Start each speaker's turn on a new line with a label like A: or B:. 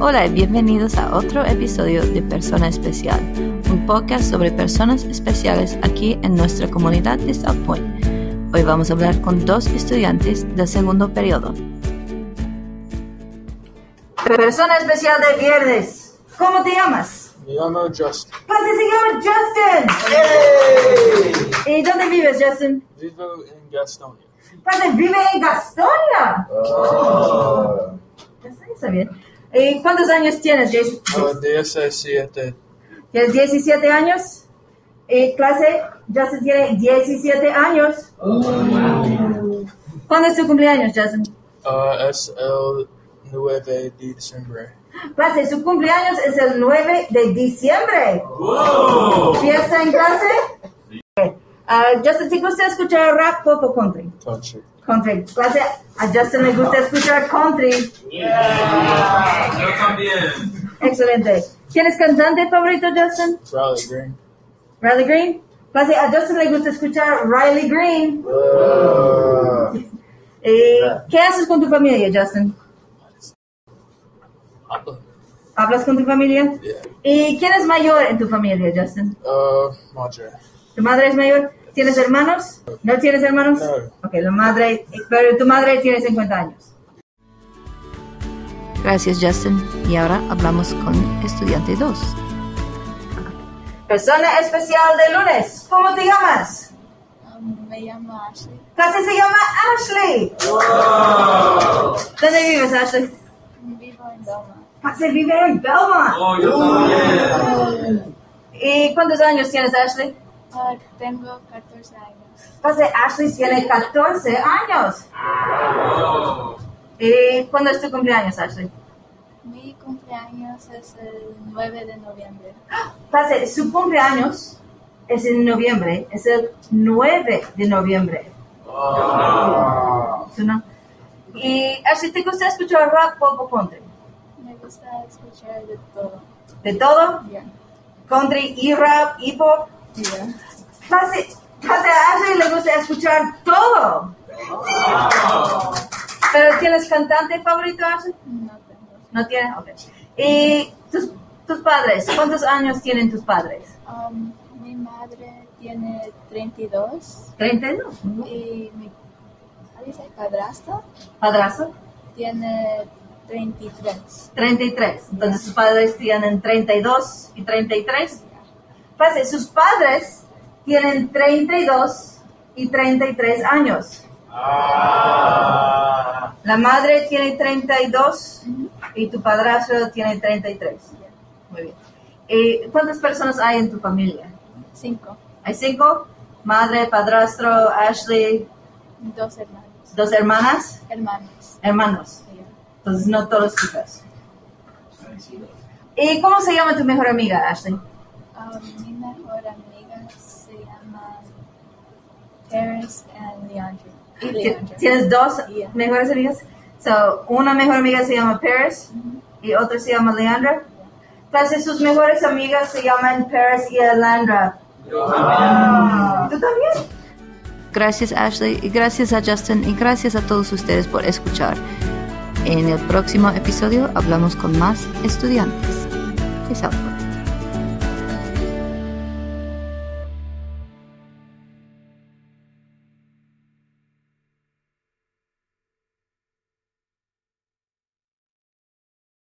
A: Hola y bienvenidos a otro episodio de Persona Especial, un podcast sobre personas especiales aquí en nuestra comunidad de South Point. Hoy vamos a hablar con dos estudiantes del segundo periodo.
B: Persona especial de viernes, ¿cómo te llamas?
C: Me llamo Justin.
B: Pues se llama Justin. ¿Y dónde vives, Justin?
C: Vivo en Gastonia.
B: Pues él vive en Gastonia. Eso está bien. ¿Y cuántos años tienes? Diez-
C: Ahora 17.
B: ¿Tienes 17 años? ¿Y clase? Justin tiene 17 años. ¿Cuándo es tu cumpleaños, Justin?
C: Ah, es el 9 de diciembre.
B: Clase, su cumpleaños es el 9 de diciembre. ¿Fiesta en clase? Ah, Justin, ¿te gusta escuchar rap, pop o country?
C: Country.
B: Country. Clase, a Justin le gusta escuchar country.
D: Yo también.
B: Excelente. ¿Quién es cantante favorito, Justin?
C: Raleigh Green.
B: Riley Green. Clase, a Justin le gusta escuchar Riley Green. Eh, ¿Qué haces con tu familia, Justin? ¿Hablas con tu familia?
C: Yeah.
B: ¿Y quién es mayor en tu familia, Justin?
C: Uh, Madre.
B: ¿Tu madre es mayor? ¿Tienes hermanos? ¿No tienes hermanos?
C: No.
B: Ok, la madre, pero tu madre tiene 50 años.
A: Gracias Justin y ahora hablamos con estudiante 2.
B: Persona especial de lunes, ¿cómo te llamas?
E: Me llamo Ashley.
B: Casi se llama Ashley. ¿Dónde vives, Ashley?
E: Vivo en Doma.
B: Casi vive en Belmont.
D: Oh, yo también.
B: ¿Y cuántos años tienes, Ashley?
E: Ah, tengo 14 años.
B: Casi Ashley tiene 14 años. ¿Y cuándo es tu cumpleaños, Ashley?
E: Mi cumpleaños es el 9 de noviembre.
B: Pase, su cumpleaños es en noviembre, es el 9 de noviembre.
C: Uh.
B: ¿Sí, no? Y así te gusta escuchar rap, pop o country.
E: Me gusta escuchar de todo.
B: De todo,
E: Ya.
B: country y rap y pop.
E: Ya.
B: Pase, pase a Ashley le gusta escuchar todo. Pero ¿tienes cantante favorito, Ashley?
E: No tengo.
B: No tiene, ok. ¿Y tus, tus padres? ¿Cuántos años tienen tus padres?
E: Um, mi madre tiene 32
B: 32.
E: y mi ¿cómo dice? padrastro
B: ¿Padrazo?
E: tiene 33.
B: 33. Entonces sus padres tienen 32 y 33. Pase, sus padres tienen 32 y 33 años. La madre tiene 32 y tu padrastro tiene 33. Muy bien. Eh, ¿Cuántas personas hay en tu familia?
E: 5.
B: Hay cinco. Madre, padrastro, Ashley,
E: Dos hermanos.
B: dos hermanas,
E: Hermanos.
B: hermanos.
E: Ya.
B: Entonces no todos chicas. ¿Y cómo se llama tu mejor amiga, Ashley?
E: Ah, mi mejor amiga se llama Paris and Leandra. Y Leandra.
B: Tienes dos
E: Yeah.
B: mejores amigas. So, una mejor amiga se llama Paris y otra se llama Leandra. Entonces sus mejores amigas se llaman Paris y Leandra. ¿Tú también?
A: Gracias Ashley y gracias a Justin y gracias a todos ustedes por escuchar. En el próximo episodio hablamos con más estudiantes. Peace out.